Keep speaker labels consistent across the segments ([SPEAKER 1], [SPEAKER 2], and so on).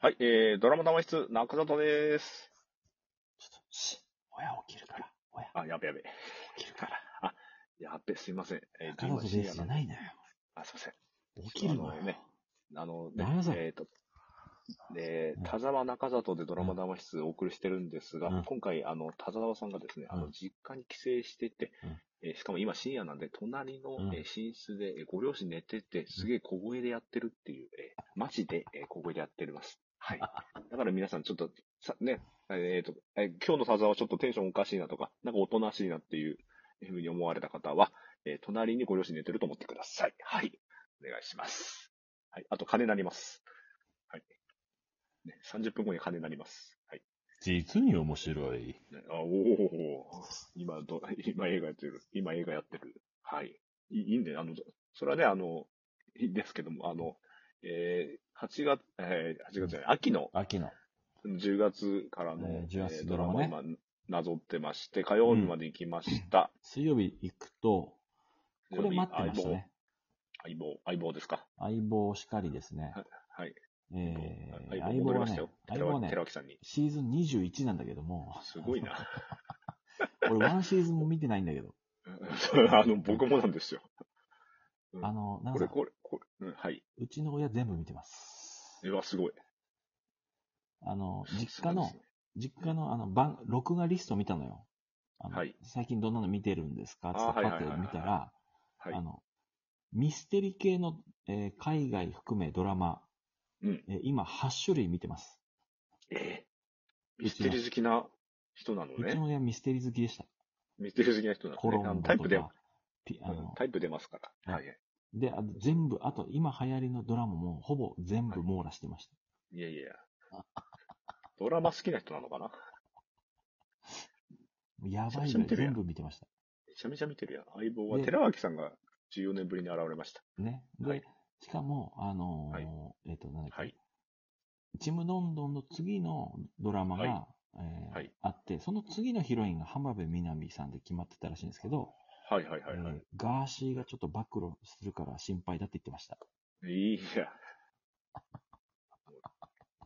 [SPEAKER 1] はい、えー、ドラマ生室、中里です。
[SPEAKER 2] ちょっと、し、親起きるから、親
[SPEAKER 1] あ、やべやべ。
[SPEAKER 2] 起きるから。
[SPEAKER 1] やっべ、すいません。えー、
[SPEAKER 2] 彼女ですじゃ
[SPEAKER 1] な。
[SPEAKER 2] ないのよ。
[SPEAKER 1] あ、すいません。
[SPEAKER 2] 起きるの
[SPEAKER 1] あ
[SPEAKER 2] よ。
[SPEAKER 1] のねあの、
[SPEAKER 2] ごめんなさい
[SPEAKER 1] えっ、と、で、田沢中里でドラマ生室をお送りしてるんですが、
[SPEAKER 2] うん
[SPEAKER 1] 今回、あの、田沢さんがですね、あ
[SPEAKER 2] う
[SPEAKER 1] の、
[SPEAKER 2] ん
[SPEAKER 1] 実家に帰省してて、えーしかも今深夜なんで、隣の、
[SPEAKER 2] うん
[SPEAKER 1] えー寝室で、えーご両親寝てて、すげえ小声でやってるっていう、えーマジで、えー小声でやってます。 はい。だから皆さんちょっと、さね、えっ、と、えー今日の田沢はちょっとテンションおかしいなとか、なんかおとなしいなっていうふうに思われた方は、えー隣にご両親寝てると思ってください。はい。お願いします。はい。あと、金になります。はい。ね、30分後に金になります。はい。
[SPEAKER 2] 実に面白い。
[SPEAKER 1] ねあ、おお 今ど、 今映画やってる。今映画やってる。はい。いいいんで、あの、それはね、あの、いいんですけども、あの、えー、8月、えー、8月じゃない、秋の
[SPEAKER 2] 秋の。
[SPEAKER 1] 10月からの、
[SPEAKER 2] えー10月
[SPEAKER 1] えー
[SPEAKER 2] ドラマね
[SPEAKER 1] を今、なぞってまして、火曜日まで行きました。
[SPEAKER 2] 水曜日行くと、これ
[SPEAKER 1] 火曜日
[SPEAKER 2] 待ってましたね。
[SPEAKER 1] 相棒、相棒ですか。
[SPEAKER 2] 相棒しかりですね。
[SPEAKER 1] はい。
[SPEAKER 2] えー、
[SPEAKER 1] 相
[SPEAKER 2] 相
[SPEAKER 1] 棒戻
[SPEAKER 2] 棒
[SPEAKER 1] りま
[SPEAKER 2] は
[SPEAKER 1] し
[SPEAKER 2] ね
[SPEAKER 1] たよ。、
[SPEAKER 2] 相棒はね
[SPEAKER 1] 寺、脇さんに。
[SPEAKER 2] シーズン21なんだけども、
[SPEAKER 1] すごいな。
[SPEAKER 2] 俺ワンシーズンも見てないんだけど、
[SPEAKER 1] あの、僕もなんですよ。うん
[SPEAKER 2] あの、なん
[SPEAKER 1] こ
[SPEAKER 2] か
[SPEAKER 1] れ、これ、これ、うん、はい。
[SPEAKER 2] うちの親全部見てます
[SPEAKER 1] う。わ、すごい。
[SPEAKER 2] あの、実家
[SPEAKER 1] そう
[SPEAKER 2] の
[SPEAKER 1] ですね、
[SPEAKER 2] 実家のあの、番、録画リスト見たのよ。あの
[SPEAKER 1] はい
[SPEAKER 2] 最近どんなの見てるんですかって
[SPEAKER 1] あー
[SPEAKER 2] パッ
[SPEAKER 1] はい
[SPEAKER 2] て
[SPEAKER 1] はいはいはい
[SPEAKER 2] 見たら、
[SPEAKER 1] はい
[SPEAKER 2] あ。の、ミステリー系の、えー海外含めドラマ、
[SPEAKER 1] うん
[SPEAKER 2] えー今8種類見てます。
[SPEAKER 1] ええミ
[SPEAKER 2] う
[SPEAKER 1] ス
[SPEAKER 2] ち
[SPEAKER 1] テ
[SPEAKER 2] の
[SPEAKER 1] リー好きな人なの
[SPEAKER 2] うち
[SPEAKER 1] ね。
[SPEAKER 2] の親ミステリー好きでした。
[SPEAKER 1] ミステリー好きな人な
[SPEAKER 2] コロ
[SPEAKER 1] の
[SPEAKER 2] ン
[SPEAKER 1] ね。
[SPEAKER 2] ボ
[SPEAKER 1] タイ
[SPEAKER 2] と
[SPEAKER 1] プで、
[SPEAKER 2] か、ピあ
[SPEAKER 1] うん
[SPEAKER 2] の
[SPEAKER 1] タイプ出ますから。は
[SPEAKER 2] はい
[SPEAKER 1] い。
[SPEAKER 2] であと全部、あと今流行りのドラマもほぼ全
[SPEAKER 1] は
[SPEAKER 2] 部
[SPEAKER 1] い
[SPEAKER 2] 網羅してました。
[SPEAKER 1] いやいや。ドラマ好きな人なのかな
[SPEAKER 2] やば
[SPEAKER 1] め
[SPEAKER 2] い
[SPEAKER 1] ちゃめ
[SPEAKER 2] の
[SPEAKER 1] ちゃ見てるや
[SPEAKER 2] 全
[SPEAKER 1] ん
[SPEAKER 2] 部見てました。
[SPEAKER 1] めちゃめちゃ見てるやん。相棒は
[SPEAKER 2] で
[SPEAKER 1] 寺脇さんが14年ぶりに現れました。
[SPEAKER 2] ね。で、
[SPEAKER 1] はい
[SPEAKER 2] しかも、あのー
[SPEAKER 1] はい
[SPEAKER 2] えっ、と、なんだっけ、
[SPEAKER 1] はい
[SPEAKER 2] ちむどんどんの次のドラマが、
[SPEAKER 1] は
[SPEAKER 2] えー
[SPEAKER 1] はい
[SPEAKER 2] あって、その次のヒロインが浜辺美波さんで決まってたらしいんですけど、
[SPEAKER 1] はいはいはいは
[SPEAKER 2] えーガーシーがちょっと暴露するから心配だって言ってました。
[SPEAKER 1] い。いいや。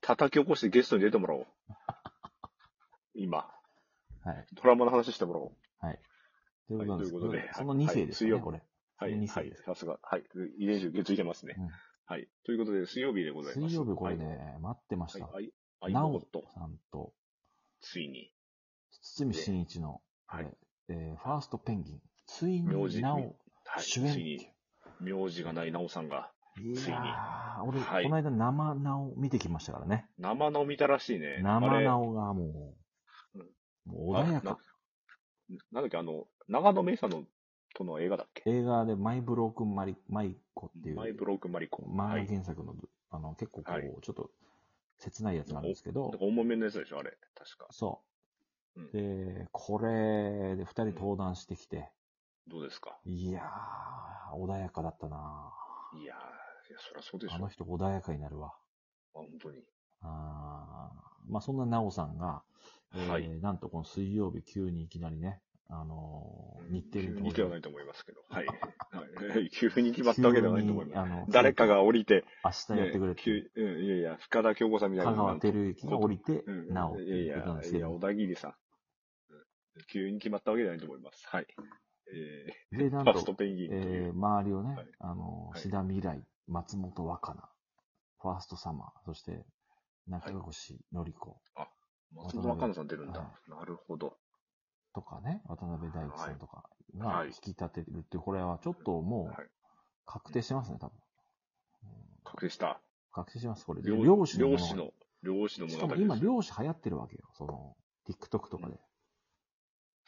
[SPEAKER 1] 叩き起こしてゲストに出てもらおう。今、
[SPEAKER 2] はい。
[SPEAKER 1] ドラマの話してもらおう。
[SPEAKER 2] はい。ということなんですけ
[SPEAKER 1] は
[SPEAKER 2] ど、
[SPEAKER 1] いということで
[SPEAKER 2] その2世です
[SPEAKER 1] はい水曜
[SPEAKER 2] よね、
[SPEAKER 1] 日
[SPEAKER 2] これ。
[SPEAKER 1] はい
[SPEAKER 2] その。二
[SPEAKER 1] は
[SPEAKER 2] 歳
[SPEAKER 1] い
[SPEAKER 2] で。す
[SPEAKER 1] さすが。はい。遺伝子受け継いでますね
[SPEAKER 2] うん。
[SPEAKER 1] はい。ということで、水曜日でございます。
[SPEAKER 2] 水曜日こ
[SPEAKER 1] は
[SPEAKER 2] れ
[SPEAKER 1] い
[SPEAKER 2] ね、待ってました。
[SPEAKER 1] はい、あい、
[SPEAKER 2] な
[SPEAKER 1] あい
[SPEAKER 2] お
[SPEAKER 1] ぼこと、
[SPEAKER 2] さんと、
[SPEAKER 1] ついに、
[SPEAKER 2] 堤真一の、
[SPEAKER 1] はい
[SPEAKER 2] これえーファーストペンギン、つい
[SPEAKER 1] 名字
[SPEAKER 2] になお
[SPEAKER 1] はい、つ
[SPEAKER 2] 主演って
[SPEAKER 1] い
[SPEAKER 2] いう
[SPEAKER 1] に、名字がないなおさんが、
[SPEAKER 2] い
[SPEAKER 1] ついに
[SPEAKER 2] やー、俺、
[SPEAKER 1] はい
[SPEAKER 2] この間生なお見てきましたからね。
[SPEAKER 1] 生の見たらしいね。
[SPEAKER 2] 生な
[SPEAKER 1] お。
[SPEAKER 2] おがも
[SPEAKER 1] うん
[SPEAKER 2] う、もう穏や
[SPEAKER 1] あ
[SPEAKER 2] か。
[SPEAKER 1] ななんだっけ、あの、長野めいさんの、との映画だっけ
[SPEAKER 2] 映画でマイブロークンマリマイコっていう、
[SPEAKER 1] マイブロークマリコ。
[SPEAKER 2] 漫
[SPEAKER 1] は
[SPEAKER 2] 画
[SPEAKER 1] い。
[SPEAKER 2] 原作の、あの、結構こう、
[SPEAKER 1] はい
[SPEAKER 2] ちょっと切ないやつなんですけ
[SPEAKER 1] な
[SPEAKER 2] ど
[SPEAKER 1] んか、重めのやつでしょ、あれ。確か。
[SPEAKER 2] そう
[SPEAKER 1] うん。
[SPEAKER 2] で、これで二人登壇してきて、
[SPEAKER 1] どうですか
[SPEAKER 2] いやー、穏やかだったない
[SPEAKER 1] やー、いやそりゃそうでしょ。
[SPEAKER 2] あの
[SPEAKER 1] あ
[SPEAKER 2] 人穏やかになるわ。
[SPEAKER 1] 本当に。
[SPEAKER 2] あーまあ、そんななおさんが、えー
[SPEAKER 1] はい
[SPEAKER 2] なんとこの水曜日急にいきなりね、あのー日テレ
[SPEAKER 1] 急
[SPEAKER 2] に
[SPEAKER 1] にではないと思いますけど。 はい。はい、急に決
[SPEAKER 2] 急
[SPEAKER 1] まったわけではないと思い
[SPEAKER 2] に
[SPEAKER 1] ま
[SPEAKER 2] あの
[SPEAKER 1] す。誰かが降りて、
[SPEAKER 2] 明日やってくれっていう
[SPEAKER 1] ね急うん、いやいや、深田恭子さんみたいな
[SPEAKER 2] 香
[SPEAKER 1] のが。
[SPEAKER 2] 川照之が降りて
[SPEAKER 1] う、ん
[SPEAKER 2] なお、
[SPEAKER 1] いやいや、
[SPEAKER 2] ってことなんですけ
[SPEAKER 1] いや、
[SPEAKER 2] ど
[SPEAKER 1] 小田切さん。うん急に決まったわけじゃないと思います。はい。え
[SPEAKER 2] で、
[SPEAKER 1] ー、
[SPEAKER 2] なん
[SPEAKER 1] ファース
[SPEAKER 2] と
[SPEAKER 1] ト、ペンギンとい
[SPEAKER 2] えー
[SPEAKER 1] う。
[SPEAKER 2] 周りをね
[SPEAKER 1] はい、
[SPEAKER 2] あの
[SPEAKER 1] は、い
[SPEAKER 2] 志田未来、松本若菜、ファーストサマー、そして、中越のり子
[SPEAKER 1] 松本若菜さん出るんだ
[SPEAKER 2] は。
[SPEAKER 1] なるほど。
[SPEAKER 2] とかね、渡辺大地さんとか
[SPEAKER 1] は
[SPEAKER 2] が
[SPEAKER 1] い
[SPEAKER 2] 引き立てるっていう、これはちょっとも
[SPEAKER 1] は
[SPEAKER 2] う
[SPEAKER 1] い、
[SPEAKER 2] 確定してますね、多分。
[SPEAKER 1] 確定した。
[SPEAKER 2] 確定してます、これ。で
[SPEAKER 1] 漁
[SPEAKER 2] 漁師の
[SPEAKER 1] 漁
[SPEAKER 2] 物語
[SPEAKER 1] 師の、漁師の
[SPEAKER 2] し
[SPEAKER 1] 物
[SPEAKER 2] か
[SPEAKER 1] 語
[SPEAKER 2] も
[SPEAKER 1] です。
[SPEAKER 2] 今、漁師流行ってるわけよ、その、TikTok とかで。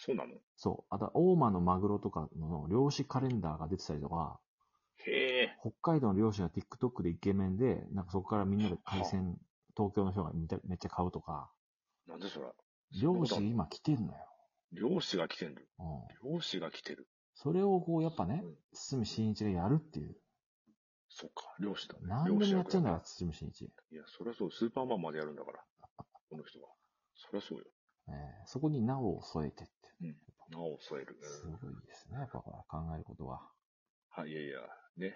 [SPEAKER 1] そうなの
[SPEAKER 2] そう。あと、大間のマグロとかの漁師カレンダーが出てたりとか、
[SPEAKER 1] へえ。
[SPEAKER 2] 北海道の漁師が TikTok でイケメンで、なんかそこからみんなで海鮮、東京の人がめっちゃめっちゃ買うとか、
[SPEAKER 1] なんでそら。
[SPEAKER 2] 漁師今来てんのよ。
[SPEAKER 1] 漁師が来てる。
[SPEAKER 2] うん。
[SPEAKER 1] 漁師が来てる。
[SPEAKER 2] それをこう、やっぱね
[SPEAKER 1] うん、
[SPEAKER 2] 堤真一がやるっていう。
[SPEAKER 1] そっか、漁師だ。
[SPEAKER 2] 何でもやっちゃうんだ
[SPEAKER 1] 漁
[SPEAKER 2] か
[SPEAKER 1] 師
[SPEAKER 2] ら、堤真一。
[SPEAKER 1] だいや、そりゃそう、スーパーマンまでやるんだから。この人は。そりゃそうよ。
[SPEAKER 2] えーそこになおを添えてって。
[SPEAKER 1] なお、添える。
[SPEAKER 2] す
[SPEAKER 1] うん
[SPEAKER 2] ごいですね、やっぱこれ考えることは。
[SPEAKER 1] はい、いやいや、ね。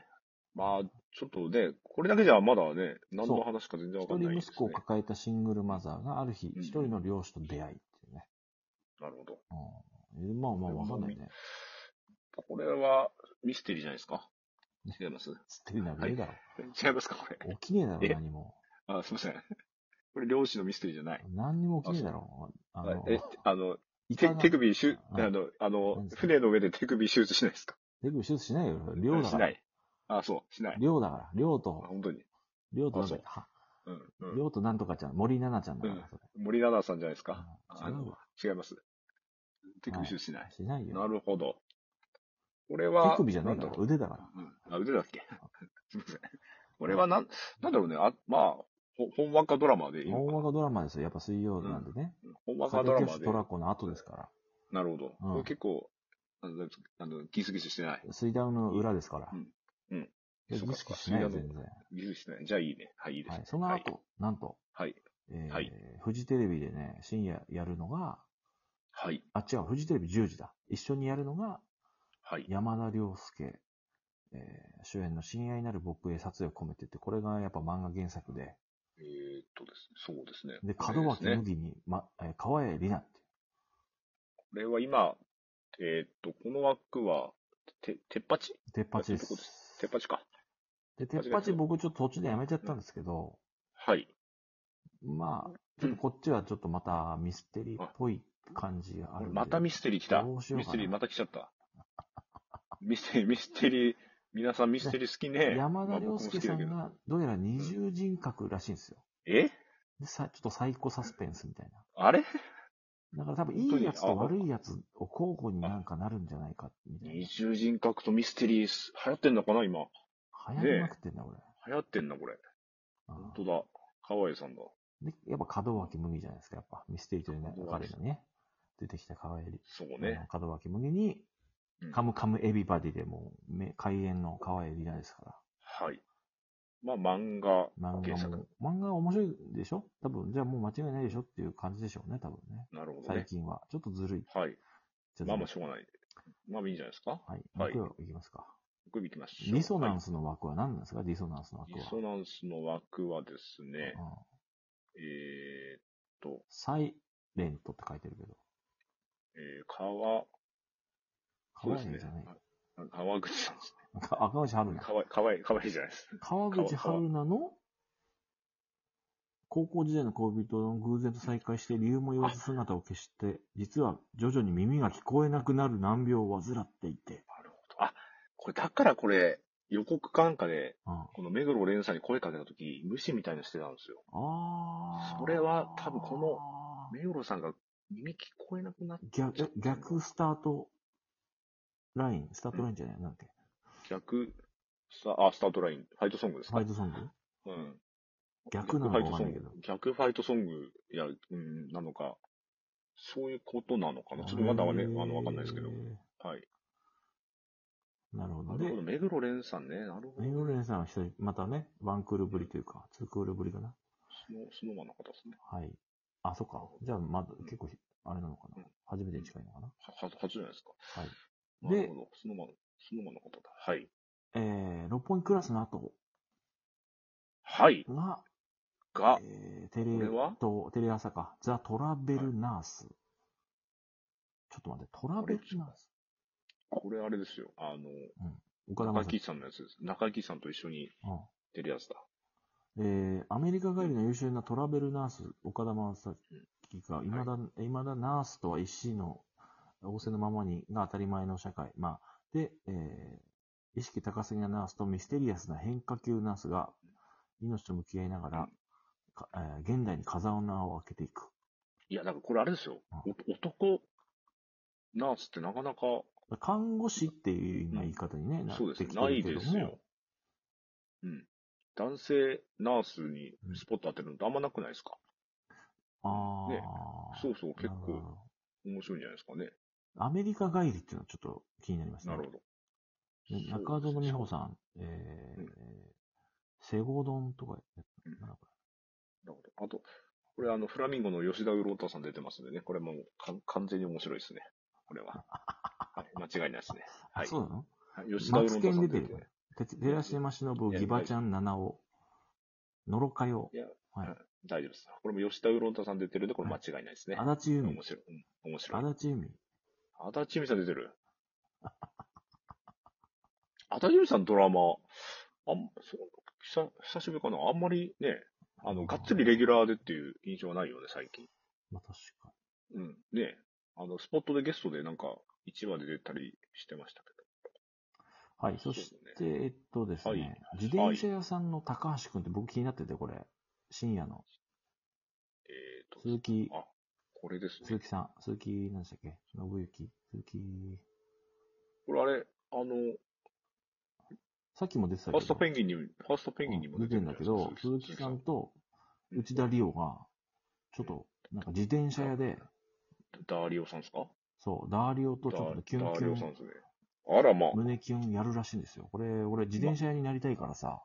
[SPEAKER 1] まあ、ちょっとね、これだけじゃまだね、何の話か全然わか
[SPEAKER 2] 一
[SPEAKER 1] んな
[SPEAKER 2] 人
[SPEAKER 1] いで
[SPEAKER 2] 息
[SPEAKER 1] す、ね。
[SPEAKER 2] 子を抱えたシングルマザーがある日、
[SPEAKER 1] うん
[SPEAKER 2] 一人の漁師と出会いっていうね。
[SPEAKER 1] なるほど。
[SPEAKER 2] うん、まあまあわかんないね。
[SPEAKER 1] これはミステリーじゃないですか違います
[SPEAKER 2] つってるなわけねえだろ。
[SPEAKER 1] 違いますかこれ。
[SPEAKER 2] 起きねえだろ、
[SPEAKER 1] え
[SPEAKER 2] 何も。
[SPEAKER 1] あ、すいません。これ漁師のミステリーじゃない。
[SPEAKER 2] 何にも起きねえだろ。あ
[SPEAKER 1] はい
[SPEAKER 2] の、
[SPEAKER 1] え、あの、
[SPEAKER 2] イ
[SPEAKER 1] 手
[SPEAKER 2] カが
[SPEAKER 1] 手首しゅ、
[SPEAKER 2] うん
[SPEAKER 1] あの、あ
[SPEAKER 2] 何
[SPEAKER 1] の
[SPEAKER 2] です、か
[SPEAKER 1] 船の上で手首手術しないですか
[SPEAKER 2] 手首手術しないよ。漁だ
[SPEAKER 1] し
[SPEAKER 2] か
[SPEAKER 1] な
[SPEAKER 2] ら。
[SPEAKER 1] い。あ、そう、しない。
[SPEAKER 2] 漁だから。漁
[SPEAKER 1] あ
[SPEAKER 2] と、
[SPEAKER 1] 本当に。
[SPEAKER 2] 漁となんだ
[SPEAKER 1] あ
[SPEAKER 2] っけは
[SPEAKER 1] うん、うん。
[SPEAKER 2] 漁となんとかちゃん、森七菜ちゃんだから、それ。
[SPEAKER 1] 森七菜さんじゃないですか。
[SPEAKER 2] う
[SPEAKER 1] あ
[SPEAKER 2] ん違
[SPEAKER 1] の
[SPEAKER 2] うわ。
[SPEAKER 1] 違います。手首手術しない。
[SPEAKER 2] しない
[SPEAKER 1] な
[SPEAKER 2] よ。
[SPEAKER 1] るほど。これは、
[SPEAKER 2] 手首じゃない
[SPEAKER 1] ん
[SPEAKER 2] だ
[SPEAKER 1] だ
[SPEAKER 2] ろ
[SPEAKER 1] ろ。う。
[SPEAKER 2] 腕だから。
[SPEAKER 1] うん、あ、腕だっけ すみません。これはなん、なんだろうね。あまあ、ほ本漫画ドラマでいいの
[SPEAKER 2] 大
[SPEAKER 1] かな
[SPEAKER 2] 若ドラマですよ。やっぱ水曜なんでね。
[SPEAKER 1] 本
[SPEAKER 2] カ
[SPEAKER 1] 漫画
[SPEAKER 2] テ
[SPEAKER 1] ドラ
[SPEAKER 2] キ
[SPEAKER 1] マ
[SPEAKER 2] ス
[SPEAKER 1] で
[SPEAKER 2] ト。ラコの後ですから。
[SPEAKER 1] なるほど。
[SPEAKER 2] うん
[SPEAKER 1] これ結構、あの、あのギスギスしてない。
[SPEAKER 2] 水ダウの裏ですから。
[SPEAKER 1] うんうん
[SPEAKER 2] で
[SPEAKER 1] そう
[SPEAKER 2] 意
[SPEAKER 1] かそう
[SPEAKER 2] 識
[SPEAKER 1] か
[SPEAKER 2] しないよ、
[SPEAKER 1] 水
[SPEAKER 2] 全
[SPEAKER 1] ダ
[SPEAKER 2] 然。
[SPEAKER 1] ギスギスしてない。じゃあいいね。はい、いいです。
[SPEAKER 2] はい。その後、なんと、
[SPEAKER 1] はい。
[SPEAKER 2] えー
[SPEAKER 1] はい
[SPEAKER 2] フジテレビでね、深夜やるのが、
[SPEAKER 1] はい。
[SPEAKER 2] あ、違う、フジテレビ10時だ。一緒にやるのが、
[SPEAKER 1] はい。
[SPEAKER 2] 山田涼介、えー主演の親愛なる僕へ殺意を込めてって、これがやっぱ漫画原作で、
[SPEAKER 1] えーっとですね。そうですね。
[SPEAKER 2] で、
[SPEAKER 1] これ
[SPEAKER 2] 門脇
[SPEAKER 1] ですね。
[SPEAKER 2] 麦に、ま、えー川栄里奈って。
[SPEAKER 1] これは今、えーっと、この枠は、て、てっぱち
[SPEAKER 2] 鉄八で
[SPEAKER 1] あそういうこ
[SPEAKER 2] す
[SPEAKER 1] とで。てっぱちか。
[SPEAKER 2] で、鉄八僕ちょっと途中でやめちゃったんですけど、
[SPEAKER 1] はい。
[SPEAKER 2] まあ、ちょっとこっちはちょっとまたミステリーっぽい感じがあるんで。
[SPEAKER 1] またミステリー来た。
[SPEAKER 2] どう
[SPEAKER 1] ミ
[SPEAKER 2] しようかな
[SPEAKER 1] ステリーまた来ちゃった。 ミステリー、ミステリー、皆さんミステリー好きね。
[SPEAKER 2] 山田
[SPEAKER 1] まあ
[SPEAKER 2] 涼
[SPEAKER 1] 僕も好
[SPEAKER 2] 介
[SPEAKER 1] き
[SPEAKER 2] さ
[SPEAKER 1] だけ
[SPEAKER 2] ん
[SPEAKER 1] ど
[SPEAKER 2] が、どうやら二重人格らしいんですよ。
[SPEAKER 1] え
[SPEAKER 2] でさちょっとサイコサスペンスみたいな。
[SPEAKER 1] あれ
[SPEAKER 2] だから多分
[SPEAKER 1] 本当
[SPEAKER 2] いい
[SPEAKER 1] に
[SPEAKER 2] やつと悪いやつを交互になんかなるんじゃないか、みたい
[SPEAKER 1] 二重人格とミステリーす流行ってんのかな今。
[SPEAKER 2] な。流行りまくってんだ、俺。
[SPEAKER 1] 流行ってんな、これ。
[SPEAKER 2] うん
[SPEAKER 1] 本当だ。河合さんだ。
[SPEAKER 2] で、やっぱ門脇麦じゃないですか、やっぱ。ミステリーというね、
[SPEAKER 1] 門脇
[SPEAKER 2] 明るいのね。出てきた川襟。
[SPEAKER 1] そうね。
[SPEAKER 2] あの門脇麦に、
[SPEAKER 1] うん
[SPEAKER 2] カムカムエビバディでもうめ、開演の川襟なんですか
[SPEAKER 1] はい。まあ、漫画
[SPEAKER 2] ら。漫
[SPEAKER 1] 原
[SPEAKER 2] 画
[SPEAKER 1] 作
[SPEAKER 2] も。、漫画は面白いでしょ多分、じゃあもう間違いないでしょっていう感じでしょうね、多分ね。
[SPEAKER 1] なるほど
[SPEAKER 2] 最
[SPEAKER 1] ね。
[SPEAKER 2] 近は。ちょっとずるい。
[SPEAKER 1] はい。
[SPEAKER 2] ちょっと
[SPEAKER 1] まあまあ、しょうがない。まあ、いいんじゃないですか。
[SPEAKER 2] はい。
[SPEAKER 1] はい
[SPEAKER 2] 木曜いきますか。
[SPEAKER 1] 僕行きましょう。
[SPEAKER 2] ディソナ
[SPEAKER 1] は
[SPEAKER 2] ンスの枠は何なんですか、ディソナンスの
[SPEAKER 1] い
[SPEAKER 2] 枠
[SPEAKER 1] ディ
[SPEAKER 2] は。
[SPEAKER 1] ソナンスの枠はですね
[SPEAKER 2] う、ん
[SPEAKER 1] えーっと、
[SPEAKER 2] サイレントって書いてるけど。
[SPEAKER 1] えー、川、
[SPEAKER 2] 川栄じゃない。
[SPEAKER 1] はい川口さんです
[SPEAKER 2] か赤星春
[SPEAKER 1] ね。
[SPEAKER 2] 菜。
[SPEAKER 1] かわい、かわい、かわいいじゃないです。
[SPEAKER 2] 川口春菜の高校時代の恋人の偶然と再会して理由も言わず姿を消して、実は徐々に耳が聞こえなくなる難病を患っていて。
[SPEAKER 1] なるほど。あ、これ、だからこれ、予告かなんかで、
[SPEAKER 2] うん、
[SPEAKER 1] この目黒蓮さんに声かけたとき、無視みたいなのしてたんですよ。
[SPEAKER 2] あー
[SPEAKER 1] それは多分この、目黒さんが耳聞こえなくなっ
[SPEAKER 2] 逆、え逆スタートライン、スタートラインじゃない、なんだっけ。
[SPEAKER 1] 逆、さあ、スタートライン、ファイトソングです
[SPEAKER 2] フ
[SPEAKER 1] か
[SPEAKER 2] ァイトソング
[SPEAKER 1] うん。
[SPEAKER 2] 逆なの
[SPEAKER 1] フ
[SPEAKER 2] か
[SPEAKER 1] ァイ
[SPEAKER 2] わ
[SPEAKER 1] ト
[SPEAKER 2] かん
[SPEAKER 1] ソン
[SPEAKER 2] ないけ
[SPEAKER 1] グ
[SPEAKER 2] ど。、
[SPEAKER 1] 逆ファイトソング、いや、うん、なのか、そういうことなのかな。ちょっとまだはね、
[SPEAKER 2] へー
[SPEAKER 1] あの、わかんないですけど。はい。
[SPEAKER 2] なるほ
[SPEAKER 1] な
[SPEAKER 2] ど。
[SPEAKER 1] る
[SPEAKER 2] で
[SPEAKER 1] ほ、ど、目黒蓮さんね。なるほど。
[SPEAKER 2] メインレンさんは一人、またね、ワンクールぶりというか、ツークールぶりかな。
[SPEAKER 1] スノー、スノーマンの方ですね。
[SPEAKER 2] はい。あ、そっか。じゃあ、まだ結構ひ、あれなのか
[SPEAKER 1] う。
[SPEAKER 2] なん初めてに近いのかな。
[SPEAKER 1] は、は、初じゃないですか。
[SPEAKER 2] はい。
[SPEAKER 1] なる
[SPEAKER 2] で
[SPEAKER 1] ほ、ど。スノーマン、スノーマンの方だ。はい。
[SPEAKER 2] えー、六本木クラスの後
[SPEAKER 1] はい。
[SPEAKER 2] が、
[SPEAKER 1] が、
[SPEAKER 2] えー、テ
[SPEAKER 1] これ
[SPEAKER 2] レ
[SPEAKER 1] は、
[SPEAKER 2] と、テレ朝か、ザ・トラベルナース。ちょっと待って、トラベルナース
[SPEAKER 1] これあれですよ。あの、
[SPEAKER 2] 岡田
[SPEAKER 1] 中
[SPEAKER 2] 将
[SPEAKER 1] 井貴
[SPEAKER 2] 生。
[SPEAKER 1] 一さんのやつです。中井貴一さんと一緒に
[SPEAKER 2] うん。
[SPEAKER 1] 出るやつだ。
[SPEAKER 2] えー、アメリカ帰りの優秀なトラベルナース、岡田正樹が、いまだ、いまだナースとは一心の仰せのままに、が当たり前の社会。まあ、で、えー、意識高すぎなナースとミステリアスな変化球ナースが、命と向き合いなが
[SPEAKER 1] う
[SPEAKER 2] ら
[SPEAKER 1] ん、
[SPEAKER 2] かえー現代に風穴を開けていく。
[SPEAKER 1] いや、だからこれあれですよ。お男、ナースってなかなか、
[SPEAKER 2] 看護師っていう今言い方にね、な
[SPEAKER 1] そうで
[SPEAKER 2] っ
[SPEAKER 1] す
[SPEAKER 2] てき
[SPEAKER 1] ね。
[SPEAKER 2] て
[SPEAKER 1] ない
[SPEAKER 2] るけ
[SPEAKER 1] で
[SPEAKER 2] ど
[SPEAKER 1] す
[SPEAKER 2] も
[SPEAKER 1] よ、。うん。男性ナースにスポット当てるのってあんまなくないですか、
[SPEAKER 2] あ
[SPEAKER 1] ね
[SPEAKER 2] あ、
[SPEAKER 1] そうそう、結
[SPEAKER 2] なるほ
[SPEAKER 1] 構
[SPEAKER 2] ど
[SPEAKER 1] 面白いんじゃないですかね。
[SPEAKER 2] アメリカ帰りっていうのはちょっと気になりますね。
[SPEAKER 1] なるほど。
[SPEAKER 2] で
[SPEAKER 1] そう
[SPEAKER 2] 中園美穂さん、えー
[SPEAKER 1] うん
[SPEAKER 2] セゴドンとかやったのかな、こ
[SPEAKER 1] なるほど。あと、これあの、フラミンゴの吉田ウロータさん出てますんでね、これもうか完全に面白いですね。これは。はい、間違いないですね。
[SPEAKER 2] れ
[SPEAKER 1] はい
[SPEAKER 2] あそうなの
[SPEAKER 1] はい吉田ウロータさん出て
[SPEAKER 2] マツケン出てる
[SPEAKER 1] て
[SPEAKER 2] よね。てつ寺島忍、ギバちゃん、七尾、のろかよ
[SPEAKER 1] いや、
[SPEAKER 2] はい
[SPEAKER 1] うん大丈夫です。これも吉田ウロンタさん出てるんで、これ間違いないですね。
[SPEAKER 2] 足立由美
[SPEAKER 1] 面、白い。うん面白い。
[SPEAKER 2] 足立由美。
[SPEAKER 1] 足立由美さん出てる 足立由美さんドラマ、あん、そう、久久しぶりかなあんまりね、あの、がっつりレギュラーでっていう印象はないよね、最近。
[SPEAKER 2] まあ確か
[SPEAKER 1] うん。ねあの、スポットでゲストでなんか、1話で出たりしてましたけ
[SPEAKER 2] に。はい、そして、えっとですね、
[SPEAKER 1] はい
[SPEAKER 2] 自転車屋さんの高橋くんって僕気になってて、これ。深夜の。
[SPEAKER 1] ど。えっ、
[SPEAKER 2] 鈴木
[SPEAKER 1] と、、あ、これですね
[SPEAKER 2] 鈴。木さん。鈴木、なんでしたっけ信行。鈴木。
[SPEAKER 1] これあれ、あの、
[SPEAKER 2] さっきも出てたけ
[SPEAKER 1] ファ
[SPEAKER 2] ど。
[SPEAKER 1] ーストペンギンに、ファーストペンギンにも
[SPEAKER 2] 出てるんだけど、鈴木さんと内田理央が、ちょっと、なんか自転車屋で、
[SPEAKER 1] ダーリオさんですか
[SPEAKER 2] そう、ダーリオとちょっとキュ
[SPEAKER 1] ダ
[SPEAKER 2] ン
[SPEAKER 1] ー
[SPEAKER 2] キ
[SPEAKER 1] リ
[SPEAKER 2] ュ
[SPEAKER 1] オさん
[SPEAKER 2] ン、
[SPEAKER 1] ですね。あらまあ、
[SPEAKER 2] 胸キュンやるらしいんですよ。これ、俺自転車屋になりたいからさ、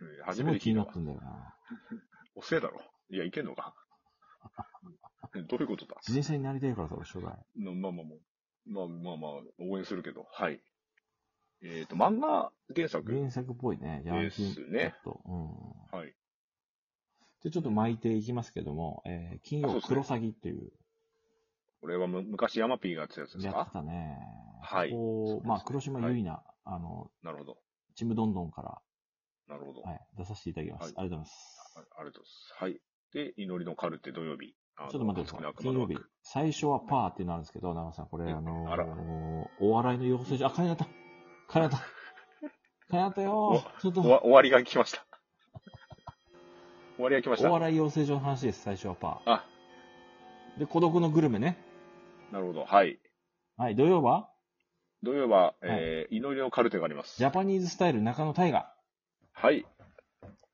[SPEAKER 1] うん
[SPEAKER 2] す
[SPEAKER 1] 初
[SPEAKER 2] ご
[SPEAKER 1] め
[SPEAKER 2] い
[SPEAKER 1] て
[SPEAKER 2] 気
[SPEAKER 1] 聞い
[SPEAKER 2] に
[SPEAKER 1] たわ
[SPEAKER 2] なって。んだよな。
[SPEAKER 1] 遅えだろ。いや、いけんのか。 どういうことだ
[SPEAKER 2] 自転車になりたいからさ、俺初代。
[SPEAKER 1] まあまあまあ、まあまあまあ、応援するけど。はい。えっ、と、漫画原作。
[SPEAKER 2] 原作っぽいね、ヤンキー。
[SPEAKER 1] ですね
[SPEAKER 2] ちょっと、うん。
[SPEAKER 1] はい。
[SPEAKER 2] で、ちょっと巻いていきますけども、えー、金
[SPEAKER 1] あそう
[SPEAKER 2] 曜
[SPEAKER 1] ですね
[SPEAKER 2] 黒詐欺っていう、
[SPEAKER 1] これはむ昔ヤマピーがやってたやつです
[SPEAKER 2] やっ
[SPEAKER 1] か
[SPEAKER 2] てたね。
[SPEAKER 1] はい
[SPEAKER 2] こうまあ、
[SPEAKER 1] そうで
[SPEAKER 2] 黒
[SPEAKER 1] すね
[SPEAKER 2] 島結菜、あの、
[SPEAKER 1] なるほど。
[SPEAKER 2] ちむどんどんから、
[SPEAKER 1] なるほど、
[SPEAKER 2] はい、出させていただきます。
[SPEAKER 1] はい
[SPEAKER 2] ありがとうございます。
[SPEAKER 1] あありがとうございます。はい。で、祈りのカルテ土曜日。ちょ
[SPEAKER 2] ちょっと待ってください。金曜日。最初はパーってなるんですけど、長さん、これ、
[SPEAKER 1] え
[SPEAKER 2] あのー
[SPEAKER 1] あら
[SPEAKER 2] お笑いの養成所、あ、金なった 金なった金なったよーちょっと、
[SPEAKER 1] 終わ終わりが来ました。終わりが来まし
[SPEAKER 2] お
[SPEAKER 1] た。
[SPEAKER 2] 笑い養成所の話です、最初はパ
[SPEAKER 1] あ、
[SPEAKER 2] ー。で、孤独のグルメね。
[SPEAKER 1] なるほど。はい。
[SPEAKER 2] はい、土曜は、
[SPEAKER 1] 土曜は、えー祈りのカルテがあります。
[SPEAKER 2] ジャパニーズスタイル中野大河。
[SPEAKER 1] はい。